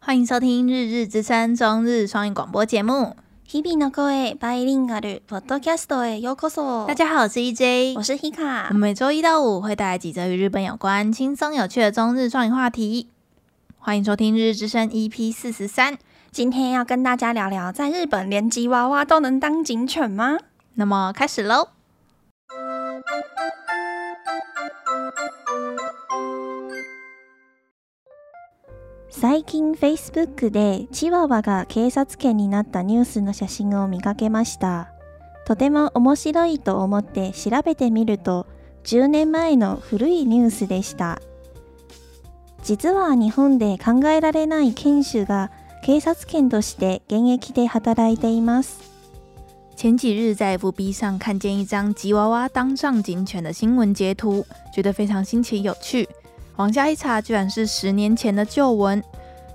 欢迎收听《日日之声》中日双语广播节目。日々の声バイリンガルポッドキャストへようこそ。大，家好，我是 EJ，我是 h 我 i 们每周一到五会带来几则与日本有关、轻松有趣的中日双语话题。欢迎收听《日日之声》EP 四十三。今天要跟大家聊聊，在日本连吉娃娃都能当警犬吗？那么开始喽。最近 Facebook でチワワが警察犬になったニュースの写真を見かけましたとても面白いと思って調べてみると10年前の古いニュースでした実は日本で考えられない犬種が警察犬として現役で働いています前几日在 FB 上看见一张吉娃娃当上警犬的新闻截图，觉得非常新奇有趣。往下一查，居然是十年前的旧闻。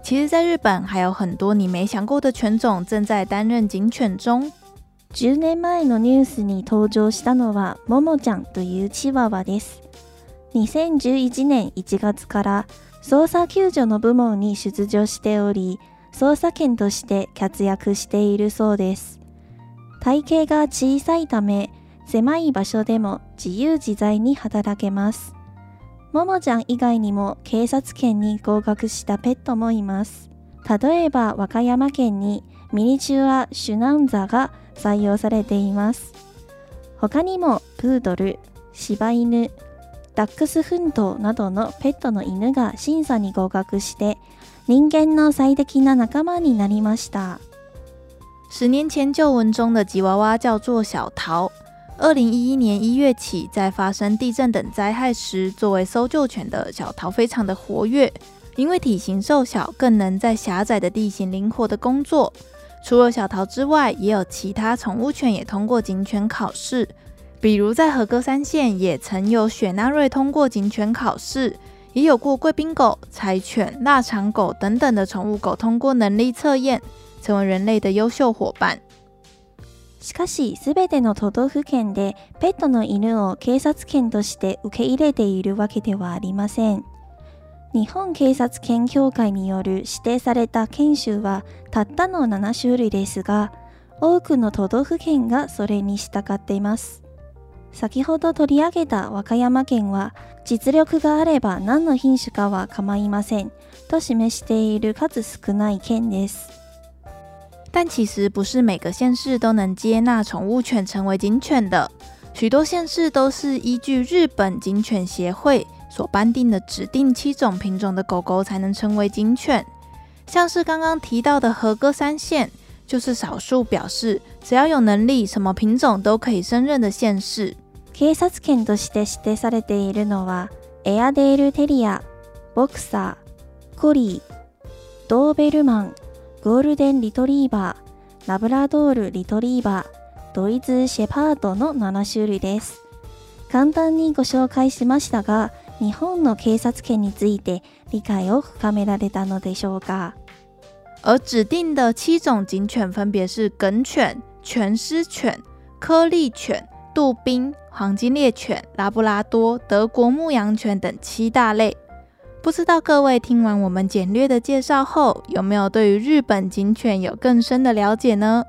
其实，在日本还有很多你没想过的犬种正在担任警犬中。 10年前のニュースに登場したのはももちゃんというチワワです2011年1月から捜査救助の部門に出場しており捜査犬として活躍しているそうです体型が小さいため狭い場所でも自由自在に働けますももちゃん以外にも警察犬に合格したペットもいます例えば和歌山県にミニチュアシュナンザが採用されています他にもプードル柴犬ダックスフントなどのペットの犬が審査に合格して人間の最適な仲間になりました十年前旧闻中的吉娃娃叫做小桃。二零一一年一月起，在发生地震等灾害时，作为搜救犬的小桃非常的活跃，因为体型瘦小，更能在狭窄的地形灵活的工作。除了小桃之外，也有其他宠物犬也通过警犬考试，比如在和歌山县也曾有雪纳瑞通过警犬考试，也有过贵宾狗、柴犬、腊肠狗等等的宠物狗通过能力测验，成为人类的优秀伙伴。しかし全ての都道府県でペットの犬を警察犬として受け入れているわけではありません日本警察犬協会による指定された犬種はたったの7種類ですが多くの都道府県がそれに従っています先ほど取り上げた和歌山県は実力があれば何の品種かは構いませんと示している数少ない県です但其实不是每个县市都能接纳宠物犬成为警犬的，许多县市都是依据日本警犬协会所颁定的指定七种品种的狗狗才能成为警犬。像是刚刚提到的和歌山县，就是少数表示只要有能力，什么品种都可以胜任的县市。警察犬として指定されているのはエアデールテリアボクサーコリードーベルマンゴールデンリトリーバーラブラドールリトリーバードイツシェパードの7種類です簡単にご紹介しましたが日本の警察犬について理解を深められたのでしょうか而指定的七种警犬分别是梗犬、全狮犬、颗粒犬、杜宾、黄金猎犬、拉布拉多、德国牧羊犬等七大类。不知道各位听完我们简略的介绍后，有没有对于日本警犬有更深的了解呢？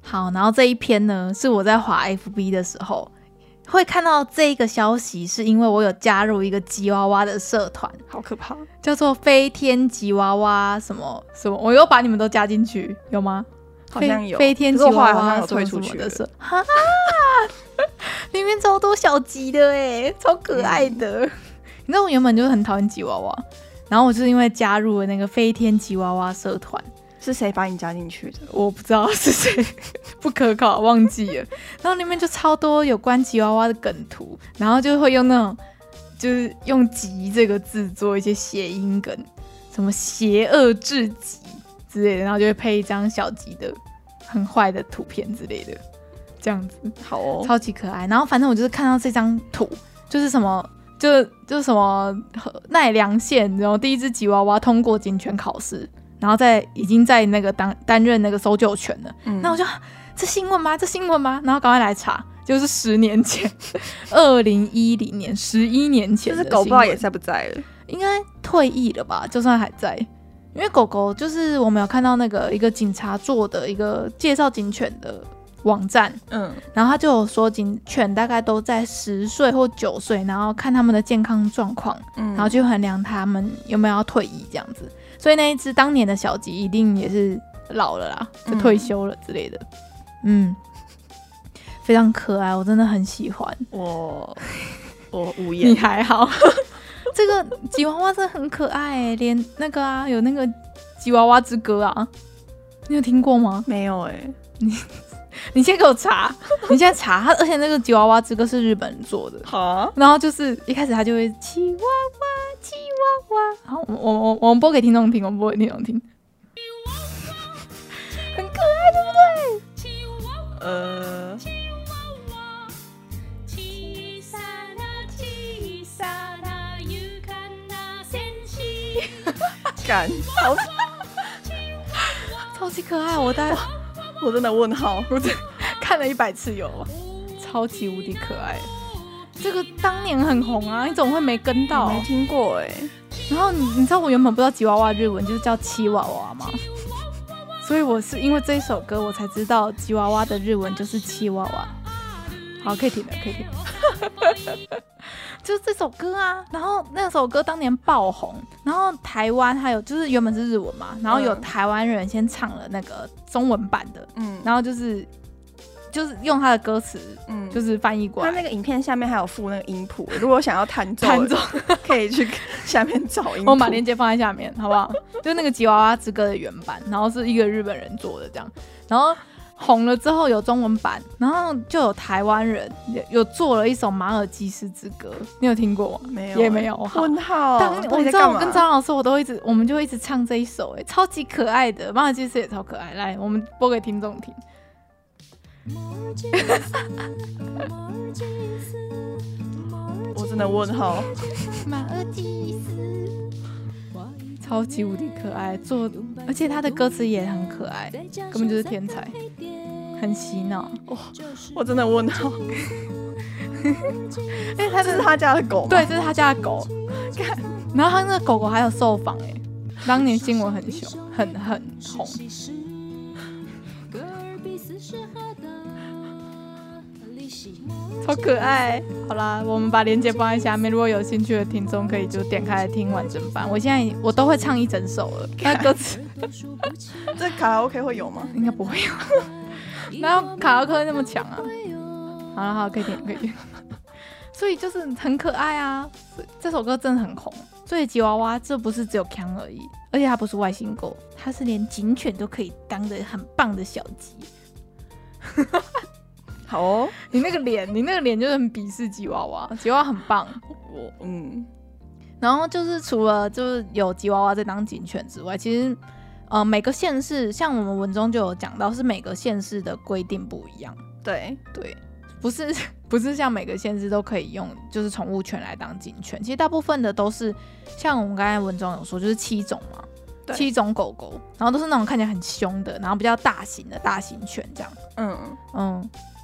好，然后这一篇呢，是我在滑 FB 的时候会看到这一个消息，是因为我有加入一个吉娃娃的社团，好可怕叫做飞天吉娃娃什么什么，我又把你们都加进去，有吗？好像有飞飞天吉可是我后娃来好像娃什么有退什出么去的了是，哈， 里面超多小吉的哎，超可爱嗯的。你知道我原本就很讨厌吉娃娃，然后我就是因为加入了那个飞天吉娃娃社团，是谁把你加进去的？我不知道是谁， 不可考，忘记了。然后里面就超多有关吉娃娃的梗图，然后就会用那种就是用“吉”这个字做一些谐音梗，什么邪恶至极之类的，然后就会配一张小吉的很坏的图片之类的，这样子好哦，超级可爱。然后反正我就是看到这张图，就是什么。就就什么奈良县，然后第一只吉娃娃通过警犬考试，然后在已经在那个当担任那个搜救犬了。嗯那我就这新闻吗？这新闻吗？然后赶快来查，就是十年前， 二零一零年，十一年前就的是新闻，狗不知道也在不在了。应该退役了吧？就算还在，因为狗狗就是我们有看到那个一个警察做的一个介绍警犬的网站，嗯，然后他就有说警犬大概都在十岁或九岁，然后看他们的健康状况，嗯然后去衡量他们有没有要退役这样子。所以那一只当年的小吉一定也是老了啦，就嗯退休了之类的。嗯，非常可爱，我真的很喜欢。 我我无你言，还好？ 这个吉娃娃真的很可爱欸，连那个啊，有那个吉娃娃之歌啊，你有听过吗？没有哎，你先给我查，你现在查它，而且那个吉娃娃之歌是日本人做的。好，然后就是一开始他就会吉娃娃，吉娃娃。然后我我我我们播给听众听，我们播给听众听。 很可爱，对不对？呃，小さな小さな勇敢な戦士 干，好，超级可爱，我大概我真的 问号，看了一百次有吧，超级无敌可爱。这个当年很红啊，你怎么会没跟我到？没听过哎，然后你你知道我原本不知道吉娃娃日文就是叫七娃娃吗？所以我是因为这一首歌我才知道吉娃娃的日文就是七娃娃。好，可以停了，可以停了。 就是这首歌啊，然后那首歌当年爆红，然后台湾还有就是原本是日文嘛，然后有嗯台湾人先唱了那个中文版的，嗯，然后就是就是用他的歌词嗯。就是是翻译过他那来。个影片下面还有附那个音谱，如果想要弹奏，弹奏可以去下面找音谱。我把链接放在下面，好不好？就是那个《吉娃娃之歌》的原版，然后是一个日本人做的这样，然后红了之后有中文版，然后就有台湾人有有做了一首《马尔济斯之歌》，你有听过吗？没有也欸没有好问号。当到我底在知道，干我嘛跟张老师，我都一直，我们就一直唱这一首、哎，超级可爱的，马尔济斯也超可爱。来，我们播给听众听。我真的问号。马尔济斯，超级无敌可爱，做，而且他的歌词也很可爱，根本就是天才，很洗脑。我真的问号，哎、他这真是的他家的狗吗？对，这是他家的狗。然后他那个狗狗还有受访哎、当年新闻很凶，很很红。超可爱。好啦，我们把链接放在下面，如果有兴趣的听众可以就点开来听完整版。我现在我都会唱一整首了，那歌词这卡拉 OK 会有吗？应该不会有。 哪有卡拉克那么强啊？好了好了，可以点可以点。 所以就是很可爱啊，所以这首歌真的很红。所以吉娃娃这不是只有强而已，而且它不是外星狗，它是连警犬都可以当的很棒的小鸡。好哦，你那个脸，你那个脸就是很鄙视吉娃娃，吉娃娃很棒。我嗯，然后就是除了就是有吉娃娃在当警犬之外，其实呃每个县市，像我们文中就有讲到，是每个县市的规定不一样，对，对，不是不是像每个县市都可以用就是宠物犬来当警犬，其实大部分的都是像我们刚才文中有说，就是七种嘛。对七种狗狗，然后都是那种看起来很凶的，然后比较大型的大型犬这样，嗯，嗯，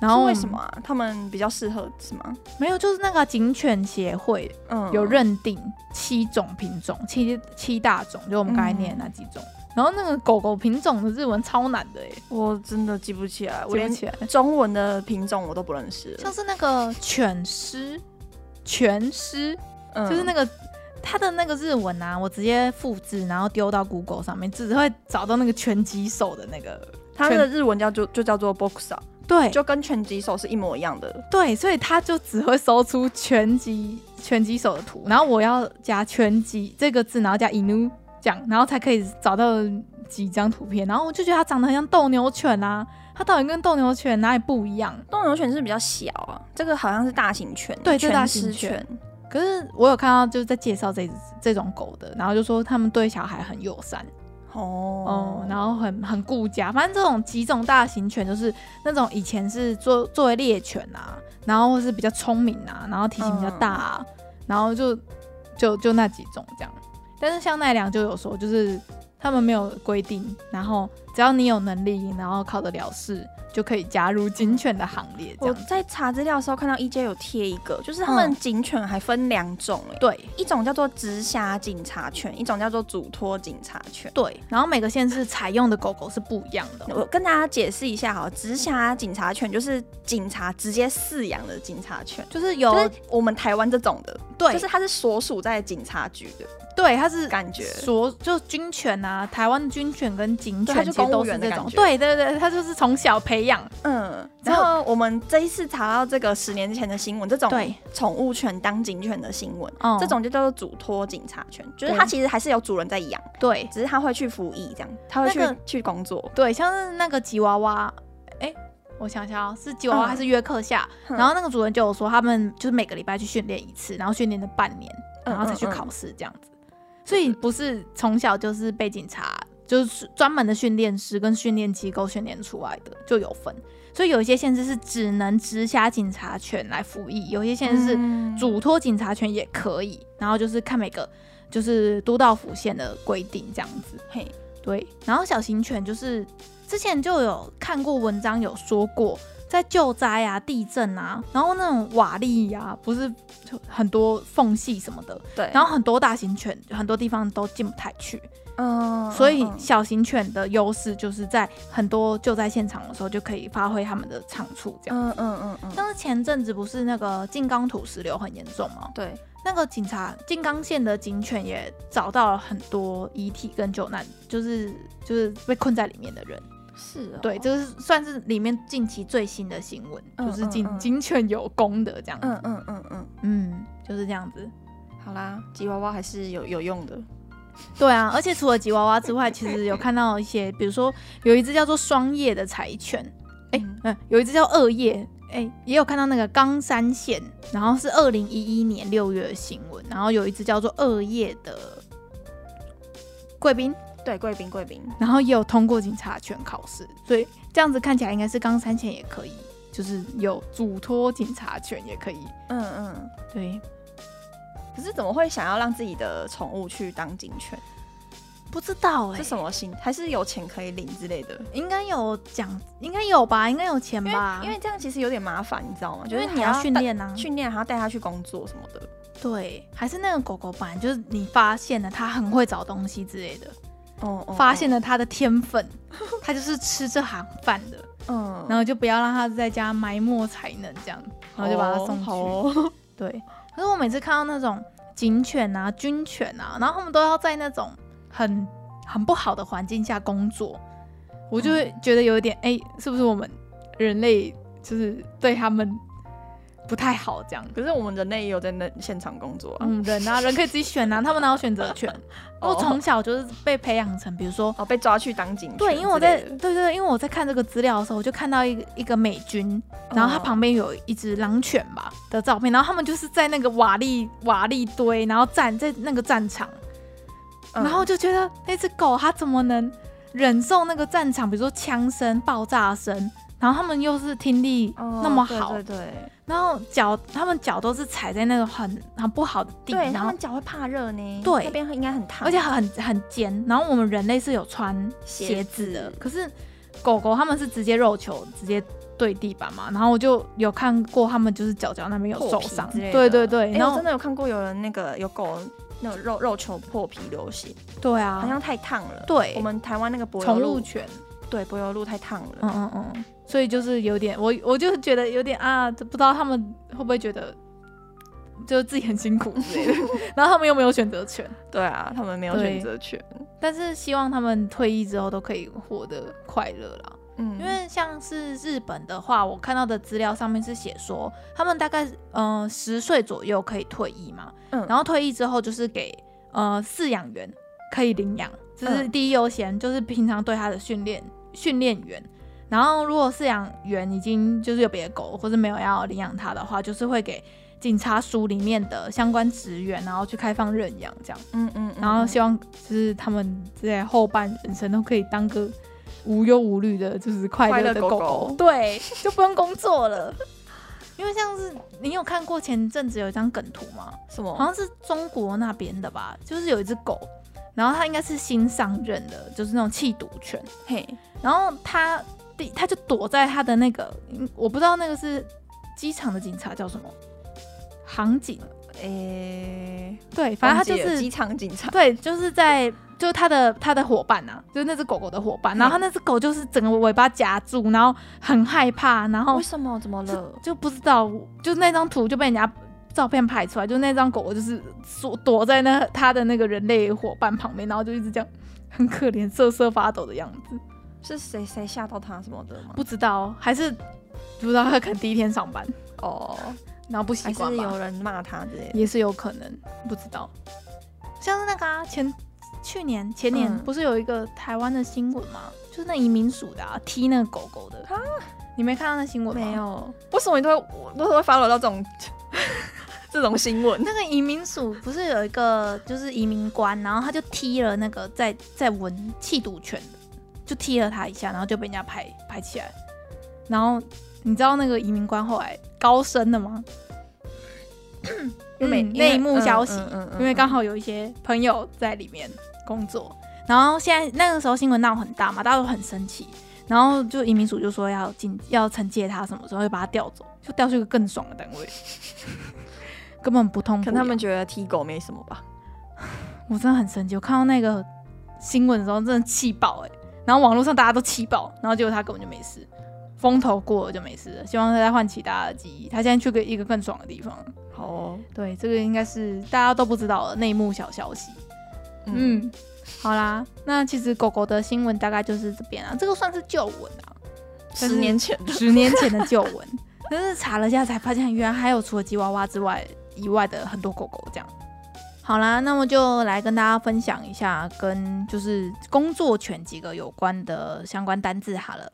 然然后后为什么啊？他们比较适合是吗？没有？就是那个警犬协会，嗯，有认定七种品种，七七大种，就我们刚才念的那几种。嗯然后那个狗狗品种的日文超难的哎，我真的记不起来，我记连不起来。中文的品种我都不认识，像是那个犬狮，犬狮嗯就是那个它的那个日文啊，我直接复制，然后丢到 Google 上面，只会找到那个拳击手的那个。它的日文叫就就叫做 boxer，对就跟拳击手是一模一样的。对，所以他就只会搜出拳击拳击手的图，然后我要加拳击这个字，然后加 inu 这样，然后才可以找到几张图片。然后我就觉得它长得很像斗牛犬啊，它到底跟斗牛犬哪里不一样？斗牛犬是比较小啊，这个好像是大型犬，对这犬大型狮犬犬，可是我有看到就是在介绍这只这种狗的，然后就说他们对小孩很友善，哦哦，然后很很顾家，反正这种几种大型犬就是那种以前是作作为猎犬啊，然后或是比较聪明啊，然后体型比较大啊，嗯然后就就就那几种这样。但是像奈良就有说，就是他们没有规定，然后只要你有能力，然后考得了试，就可以加入警犬的行列，这我样嗯子。在查资料的时候看到一街有贴一个，就是他们警犬还分两种、欸，对一种叫做直辖警察犬，一种叫做嘱托警察犬。对，然后每个县市采用的狗狗是不一样的哦。我跟大家解释一下哈，直辖警察犬就是警察直接饲养的警察犬，就是就有、是我们台湾这种的，哦对，就是它是所属在警察局的对，它是感觉。所就是军犬啊，台湾的军犬跟警对它犬就其实公都务是员这的种感，觉对对对，它就是从小培养，嗯，然后我们这一次查到这个十年前的新闻，这种对宠物犬当警犬的新闻，嗯这种就叫做嘱托警察犬，就是对它其实还是有主人在养，对只是它会去服役这样，它会去、那个去工作。对，像是那个吉娃娃，哎，我想想哦，是吉娃娃嗯还是约克夏？嗯然后那个主人就有说，他们就是每个礼拜去训练一次，然后训练了半年，嗯然后才去嗯嗯考试这样子。所以不是从小就是被警察就是专门的训练师跟训练机构训练出来的，就有分。所以有一些限制是只能直辖警察犬来服役，有一些限制是嗯嘱托警察权也可以，然后就是看每个就是都道府县的规定这样子。嘿，对，然后小型犬就是之前就有看过文章有说过，在救灾啊、地震啊，然后那种瓦砾呀、不是就很多缝隙什么的，对，然后很多大型犬很多地方都进不太去，嗯所以嗯嗯小型犬的优势就是在很多救灾现场的时候就可以发挥它们的长处这样。嗯嗯嗯嗯，但是前阵子不是那个静冈土石流很严重吗？对，那个警察静冈县的警犬也找到了很多遗体跟救难，就是就是被困在里面的人。是、哦，对，这个是算是里面近期最新的新闻，嗯就是警、嗯嗯警犬有功的这样子。嗯嗯嗯嗯嗯，就是这样子。好啦，吉娃娃还是有有用的，对啊，而且除了吉娃娃之外，其实有看到一些，比如说有一只叫做双叶的柴犬，哎、嗯嗯、有一只叫二叶。哎、也有看到那个冈山县，然后是二零一一年六月的新闻，然后有一只叫做二叶的贵宾，对，贵宾贵宾，然后也有通过警察权考试，所以这样子看起来应该是刚三千也可以，就是有嘱托警察权也可以。嗯嗯，对，可是怎么会想要让自己的宠物去当警犬？不知道哎、是什么心？还是有钱可以领之类的？应该有奖，应该有吧，应该有钱因吧为，因为这样其实有点麻烦，你知道吗？因就为是你要训带练啊，训练，还要带它去工作什么的。对，还是那个狗狗版，就是你发现了它很会找东西之类的，哦，发现了它的天分，它就是吃这行饭的，嗯 然后就不要让它在家埋没才能这样，然后就把它送去。好哦， 对，可是我每次看到那种警犬啊、军犬啊，然后他们都要在那种很很不好的环境下工作，我就会觉得有一点，哎、是不是我们人类就是对他们不太好这样？可是我们人类也有在那现场工作啊。嗯，人 啊，人可以自己选啊，他们哪有选择 权？哦我从小就是被培养成，比如说。哦，被抓去当警犬之类对，的。因为我在对对对，因为我在看这个资料的时候，我就看到一个一个美军，然后它哦旁边有一只狼犬吧的照片，然后他们就是在那个瓦砾瓦砾堆，然后站在那个战场，嗯，然后就觉得那只狗它怎么能忍受那个战场，比如说枪声、爆炸声，然后他们又是听力哦那么好，对对对，然后脚他们脚都是踩在那个很很不好的地，对然他后们脚会怕热呢，对那边应该很烫，而且很很尖，然后我们人类是有穿鞋鞋子的子，可是狗狗它们是直接肉球直接对地板嘛，然后我就有看过它们就是脚脚那边有破受皮伤，之类的对对对，诶然我后真的有看过有人那个有狗那种肉肉球破皮流血，对好啊，像太烫了。对我们台湾那个柏油宠路物犬，对柏油路太烫了。嗯嗯嗯，所以就是有点我我就觉得有点啊，不知道他们会不会觉得。就是自己很辛苦之类 的，然后他们又没有选择权，对啊，他们没有对选择权。但是希望他们退役之后都可以活得快乐啦。嗯因为像是日本的话，我看到的资料上面是写说，他们大概呃十岁左右可以退役嘛，嗯然后退役之后就是给呃饲养员可以领养，这是嗯第一优先，就是平常对他的训练训练员。然后如果饲养员已经就是有别的狗，或是没有要领养它的话，就是会给警察署里面的相关职员，然后去开放认养这样。嗯嗯，嗯然后希望就是他们在后半人生都可以当个无忧无虑的，就是快乐的狗快乐狗 狗对，就不用工作了。因为像是你有看过前阵子有一张梗图吗？什好么？像是中国那边的吧，就是有一只狗，然后它应该是新上任的，就是那种弃毒犬，嘿，然后它地，他就躲在他的那个，嗯我不知道那个是机场的警察叫什么，航警，诶，对，反正他忘就记了是机场警 察，对，就是在就是他的他的伙伴呐、啊，就是那只狗狗的伙伴，然后他那只狗就是整个尾巴夹住，然后很害怕，然后为什么？怎么了？就不知道，就那张图就被人家照片拍出来，就那张狗狗就是缩躲在那他的那个人类伙伴旁边，然后就一直这样很可怜、瑟瑟发抖的样子。是谁谁吓到他什么的吗？不知道还是不知道他可能第一天上班，哦，然后不习还是惯吧，有人骂他之类的。也是有可能，不知道。像是那个、啊、前去年前年、嗯不是有一个台湾的新闻吗？就是那移民署的、啊、踢那个狗狗的，你没看到那新闻吗？没。有，为什么你都会我都会 follow 到这种 这种新闻？那个移民署不是有一个就是移民官，然后他就踢了那个在在闻气毒犬的，就踢了他一下，然后就被人家拍拍起来。然后你知道那个移民官后来高升了 吗？因为嗯内幕消息，嗯嗯嗯嗯因为刚好有一些朋友在里面工作，然后现在那个时候新闻闹很大嘛，大家都很生气，然后就移民署就说要进要惩戒他什么时候，就把他调走，就调去一个更爽的单位， 根本不痛可不能他痒们觉得踢狗没什么吧？我真的很生气，我看到那个新闻的时候真的气爆哎、然后网络上大家都气爆，然后结果他根本就没事，风头过了就没事了。希望他再唤起大家的记忆，他现在去个一个更爽的地方。好哦，对，这个应该是大家都不知道的内幕小消息。嗯，嗯，好啦，那其实狗狗的新闻大概就是这边啊，这个算是旧闻啊，但是十年前的十年前的旧闻。但是查了一下才发现，原来还有除了吉娃娃之外以外的很多狗狗这样。好啦，那么就来跟大家分享一下跟就是工作犬几个有关的相关单字好了。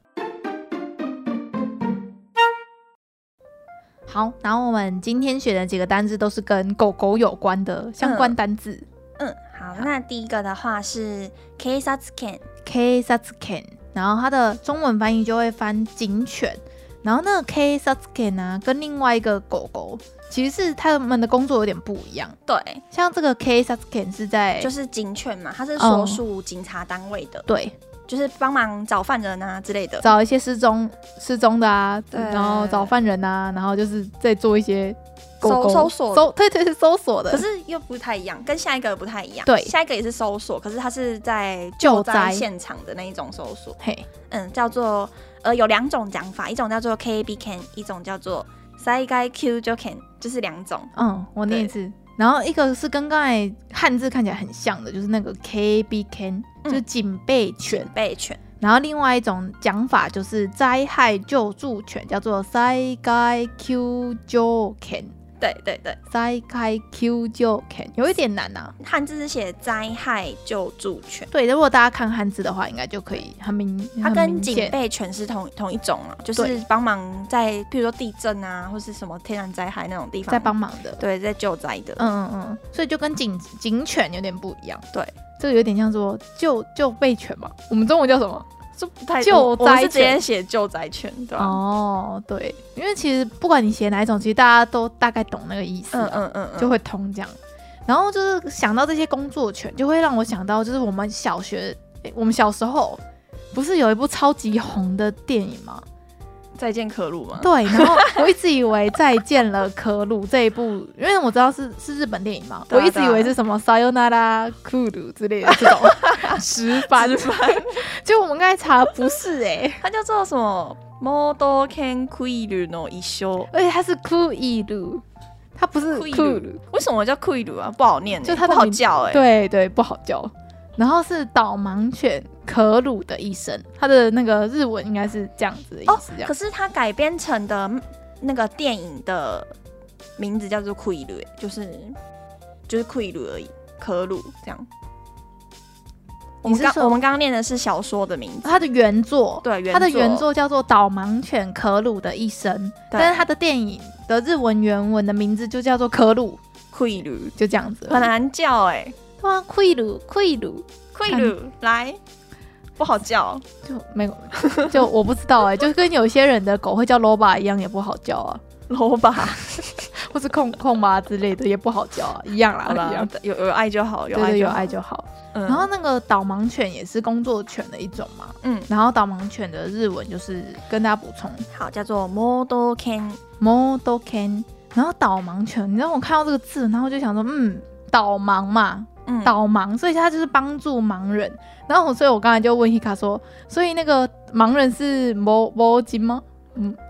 好，然后我们今天选的几个单字都是跟狗狗有关的相关单字。嗯，好，那第一个的话是警察犬， K s a t s k e n 然后它的中文翻译就会翻警犬。然后那个 K s a t s k e n 呢，跟另外一个狗狗其实是他们的工作有点不一样。对，像这个 K s a t s k e n 是在就是是警犬嘛，它是嗯所属警察单位的，对就是帮忙找犯人啊之类的。找一些失踪失踪的啊，对然后找犯人啊，然后就是在做一些狗狗搜搜索搜对对对搜索的，可是又不太一样，跟下一个不太一样。对下一个也是搜索，可是它是在救救灾灾现场的那一种搜索。嘿嗯，叫做呃有两种讲法，一种叫做 KB can，一种叫做 s 该 Q 就 can，就是两种。嗯，我念一次。然后一个是跟刚才汉字看起来很像的，就是那个 K B K，就是嗯警备犬。备犬，然后另外一种讲法就是灾害救助犬，叫做災害救助犬，对对对，災害救助犬，有一点难呐、汉字是写灾害救助犬，对，如果大家看汉字的话，应该就可以很明，它很跟明警显。备犬是同同一种啊嘛，就对是帮忙在譬如说地震啊，或是什么天然灾害那种地方在帮忙的，对，在救灾的。嗯嗯嗯，所以就跟警警犬有点不一样。对，这个有点像说救救备犬吧，我们中文叫什么？这不太救我我们灾是直接犬写救灾犬，对吧？哦，对，因为其实不管你写哪一种，其实大家都大概懂那个意思、啊。嗯嗯嗯嗯，就会通这样。然后就是想到这些工作犬，就会让我想到就是我们小学，诶我们小时候不是有一部超级红的电影吗？再见可鲁嘛。对，然 后我一直以为《再见了，科鲁》这一部，因为我知道是是日本电影嘛，对啊我一直以为是什么《Sayonara k u r 之类的 这种石板，就我们刚才查不是哎、它叫做什么？Model can quit no 一休。而且它是 k u i r 它不是 k u Kuiru r 为什么叫 quit 啊？不好念欸、就它的不好名叫哎、对对，不好叫。然后是导盲犬可鲁的一生，它的那个日文应该是这样子的哦意思，这样、可是它改编成的那个电影的名字叫做 quit，就是欸就是 quit 而已，可鲁这样。我们是刚说我们刚刚念的是小说的名字，它的原作，对，原它的原作叫做《导盲犬可鲁的一生》，对但是它的电影的日文原文的名字就叫做可鲁， quit 就这样子。很难叫哎、哇，奎鲁奎鲁 Quilu 来，不好叫，就没有，欸就我不知道哎、就跟有些人的狗会叫 Loba 一样，也不好叫啊。罗吧，我或是控控妈之类的也不好教啊，一样啦，好一样啦。，有有爱就好，有对爱对，就有好爱就好。嗯然后那个导盲犬也是工作犬的一种嘛，嗯，然后导盲犬的日文就是跟大家补充好，叫做 model can， m o d o can，然后导盲犬，你知道我看到这个字，然后我就想说，嗯，导盲嘛，嗯，导盲，所以他就是帮助盲人。然后我，所以我刚才就问 Hika 说，所以那个盲人是 mo mo 金吗？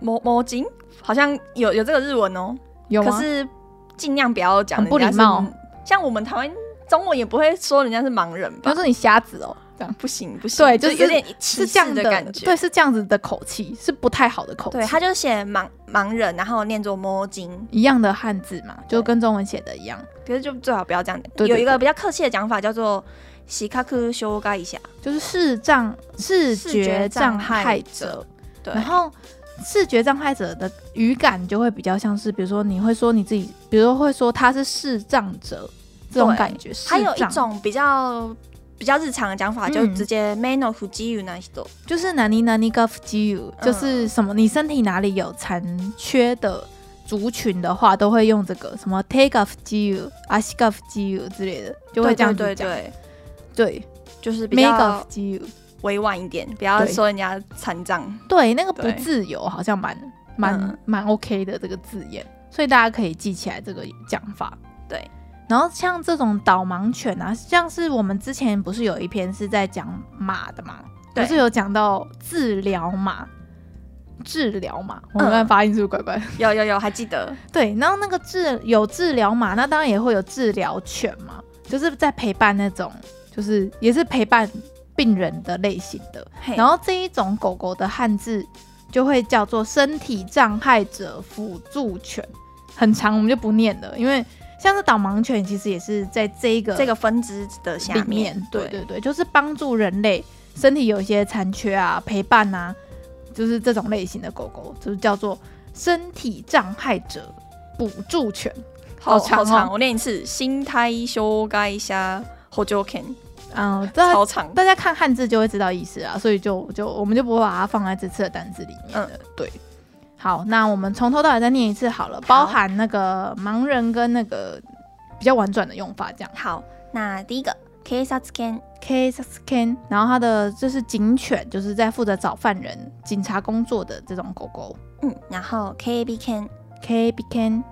魔魔镜，好像有有这个日文哦，有可吗？是尽量不要讲很不人家礼是貌，像我们台湾中文也不会说人家是盲人他吧？说你瞎子哦，这样不行不行，对就是有点歧是这样视的感觉。对，是这样子的口气，是不太好的口气。对，他就写盲盲人，然后念作摸金，一样的汉字嘛，就跟中文写的一样，可是就最好不要这样对对讲。有一个比较客气的讲法叫做“西卡克修改一下就是视障视视觉觉障障碍碍者者。”，对然，后视觉障碍者的语感就会比较像是，比如说你会说你自己，比如说会说他是视障者这种对感觉。视还有一障种比较比较日常的讲法，嗯就直接 “mano f u j i u n 人就是哪里哪里 g a f j u 嗯就是什么你身体哪里有残缺的族群的话，都会用这个什么 take off you、ash off you 之类的，就会这样对子讲。对，对就是比 m a k e off 较 you，委婉一点，不要对说人家残障。对那个不对自由好像蛮蛮嗯蛮 OK 的这个字眼，所以大家可以记起来这个讲法。对，然后像这种导盲犬啊，像是我们之前不是有一篇是在讲马的嘛，不对是有讲到治疗马。治疗马，我嗯们刚才发音是不是怪怪的？ 有有有，还记得？对，然后那个治有治疗马，那当然也会有治疗犬嘛，就是在陪伴那种，就是也是陪伴病人的类型的。嘿然后这一种狗狗的汉字就会叫做身体障碍者辅助犬，很长我们就不念了，因为像是导盲犬其实也是在这一个这个分支的下里面，对对对，就是帮助人类身体有一些残缺啊，陪伴啊，就是这种类型的狗狗，就是叫做身体障碍者补助犬。好好长哦好长，我念一次，心态修改一下。好久 can 嗯，大家超长，大家看汉字就会知道意思啊，所以就就我们就不会把它放在这次的单字里面了。对，好，那我们从头到尾再念一次好了，包含那个盲人跟那个比较婉转的用法这样。好，那第一个警察犬， K scan，然后它的就是警犬，就是在负责找犯人、警察工作的这种狗狗。嗯，然后 KB can， K b can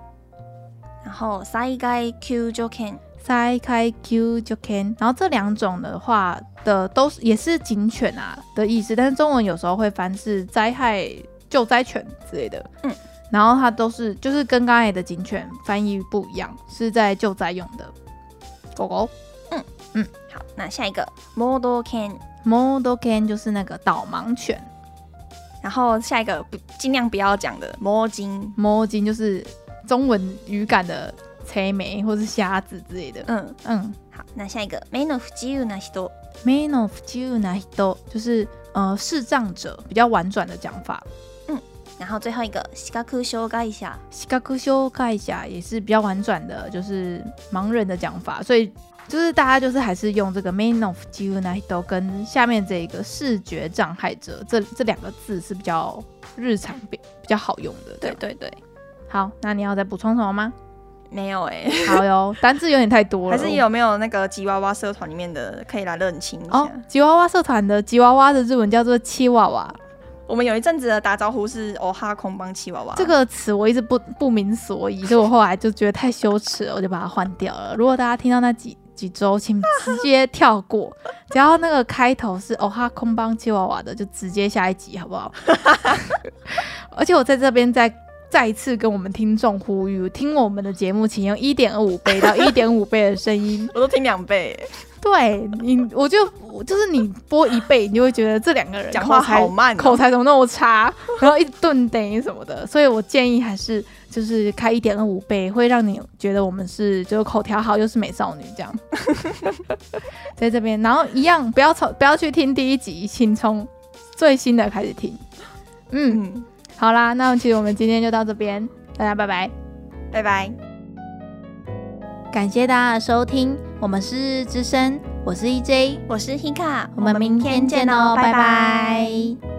然后災害救助犬， sai kai q 就 can，然后这两种的话的都是也是警犬啊的意思，但是中文有时候会翻是灾害救灾犬之类的。嗯，然后它都是就是跟刚才的警犬翻译不一样，是在救灾用的狗狗。好，那下一个 model can， Model can 就是那个导盲犬，然后下一个不尽量不要讲的魔金，摸金就是中文语感的贼眉或是瞎子之类的。嗯，嗯好，那下一个目の不自由な人， ，man of you na hito 就是呃视障者比较婉转的讲法。然后最后一个視覚障害者，視覚障碍者也是比较婉转的，就是盲人的讲法，所以就是大家就是还是用这个 man of you na hito 跟下面这一个视觉障碍者这这两个字是比较日常比比较好用的。这对样，对对，好，那你要再补充什么吗？没有哎、好哟，单字有点太多了， 还是有没有那个吉娃娃社团里面的可以来认清一下？哦，吉娃娃社团的吉娃娃的日文叫做七娃娃，我们有一阵子的打招呼是哦哈空帮吉娃娃，这个词我一直不不明所以，所以我后来就觉得太羞耻了，我就把它换掉了。如果大家听到那几几周，请直接跳过，只要那个开头是哦哈空邦吉娃娃的，就直接下一集好不 好？而且我在这边再再一次跟我们听众呼吁，听我们的节目，请用一点二五倍到一点五倍的声音我都听两倍、 对你，我就我就是你播一倍，你就会觉得这两个人讲口话才好慢哦口才怎么那么差，然后一直顿呆什么 的。所以我建议还是就是开一点二五倍，会让你觉得我们是就是口条好又是美少女这 样。在这边，然后一样不要从不要去听第一集，请从最新的开始听。嗯，嗯，好啦，那其实我们今天就到这边，大家拜拜。拜拜。感谢大家的收听，我们是日日之声，我是 E EJ，我是 Hika，我们明天见哦，拜拜